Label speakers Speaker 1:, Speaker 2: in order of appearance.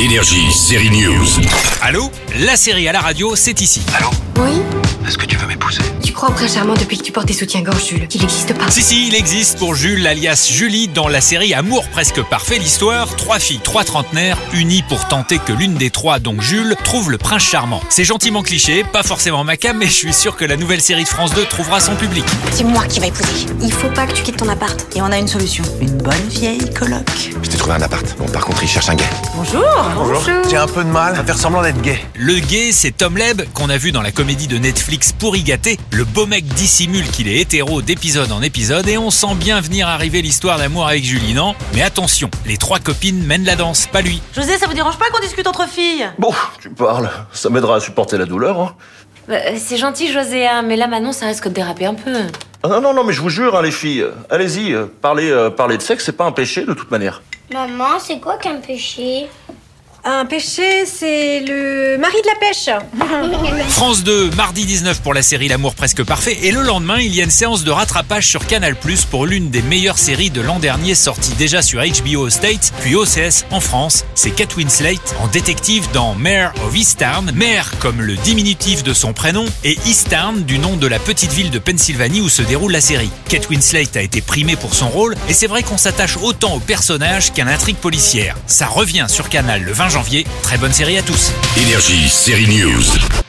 Speaker 1: Énergie, série news.
Speaker 2: Allô La série à la radio, c'est ici.
Speaker 3: Allô
Speaker 4: Oui
Speaker 3: Est-ce que tu veux m'épouser
Speaker 4: Tu crois au prince charmant depuis que tu portes tes soutiens-gorge, Jules Il n'existe pas.
Speaker 2: Si, si, il existe pour Jules, alias Julie, dans la série Amour presque parfait, l'histoire, trois filles, trois trentenaires, unies pour tenter que l'une des trois, donc Jules, trouve le prince charmant. C'est gentiment cliché, pas forcément ma cam, mais je suis sûr que la nouvelle série de France 2 trouvera son public.
Speaker 5: C'est moi qui vais épouser.
Speaker 4: Il faut pas que tu quittes ton appart.
Speaker 5: Et on a une solution. Une bonne vieille coloc.
Speaker 1: Je t'ai trouvé un appart. Bon, par contre, il cherche un gars.
Speaker 3: Bonjour. J'ai un peu de mal à faire semblant d'être gay.
Speaker 2: Le gay, c'est Tom Leb, qu'on a vu dans la comédie de Netflix Pourri gâté. Le beau mec dissimule qu'il est hétéro d'épisode en épisode et on sent bien venir arriver l'histoire d'amour avec Julie, non Mais attention, les trois copines mènent la danse, pas lui.
Speaker 6: José, ça vous dérange pas qu'on discute entre filles
Speaker 7: Bon, tu parles, ça m'aidera à supporter la douleur. Hein.
Speaker 6: C'est gentil, José, hein, mais là, Manon, ça risque de déraper un peu.
Speaker 7: Ah Non, non, non, mais je vous jure, hein, les filles, euh, allez-y, euh, parler, euh, parler de sexe, c'est pas un péché de toute manière.
Speaker 8: Maman, c'est quoi qu'un péché
Speaker 9: Un péché, c'est le mari de la pêche.
Speaker 2: France 2, mardi 19 pour la série L'amour presque parfait et le lendemain, il y a une séance de rattrapage sur Canal+, pour l'une des meilleures séries de l'an dernier sortie déjà sur HBO aux States, puis OCS en France. C'est Kate Winslet en détective dans Mare of Easttown, Mare comme le diminutif de son prénom et Easttown du nom de la petite ville de Pennsylvanie où se déroule la série. Kate Winslet a été primée pour son rôle et c'est vrai qu'on s'attache autant au personnage qu'à l'intrigue policière. Ça revient sur Canal le 20 janvier. Très bonne série à tous.
Speaker 1: Énergie, série news.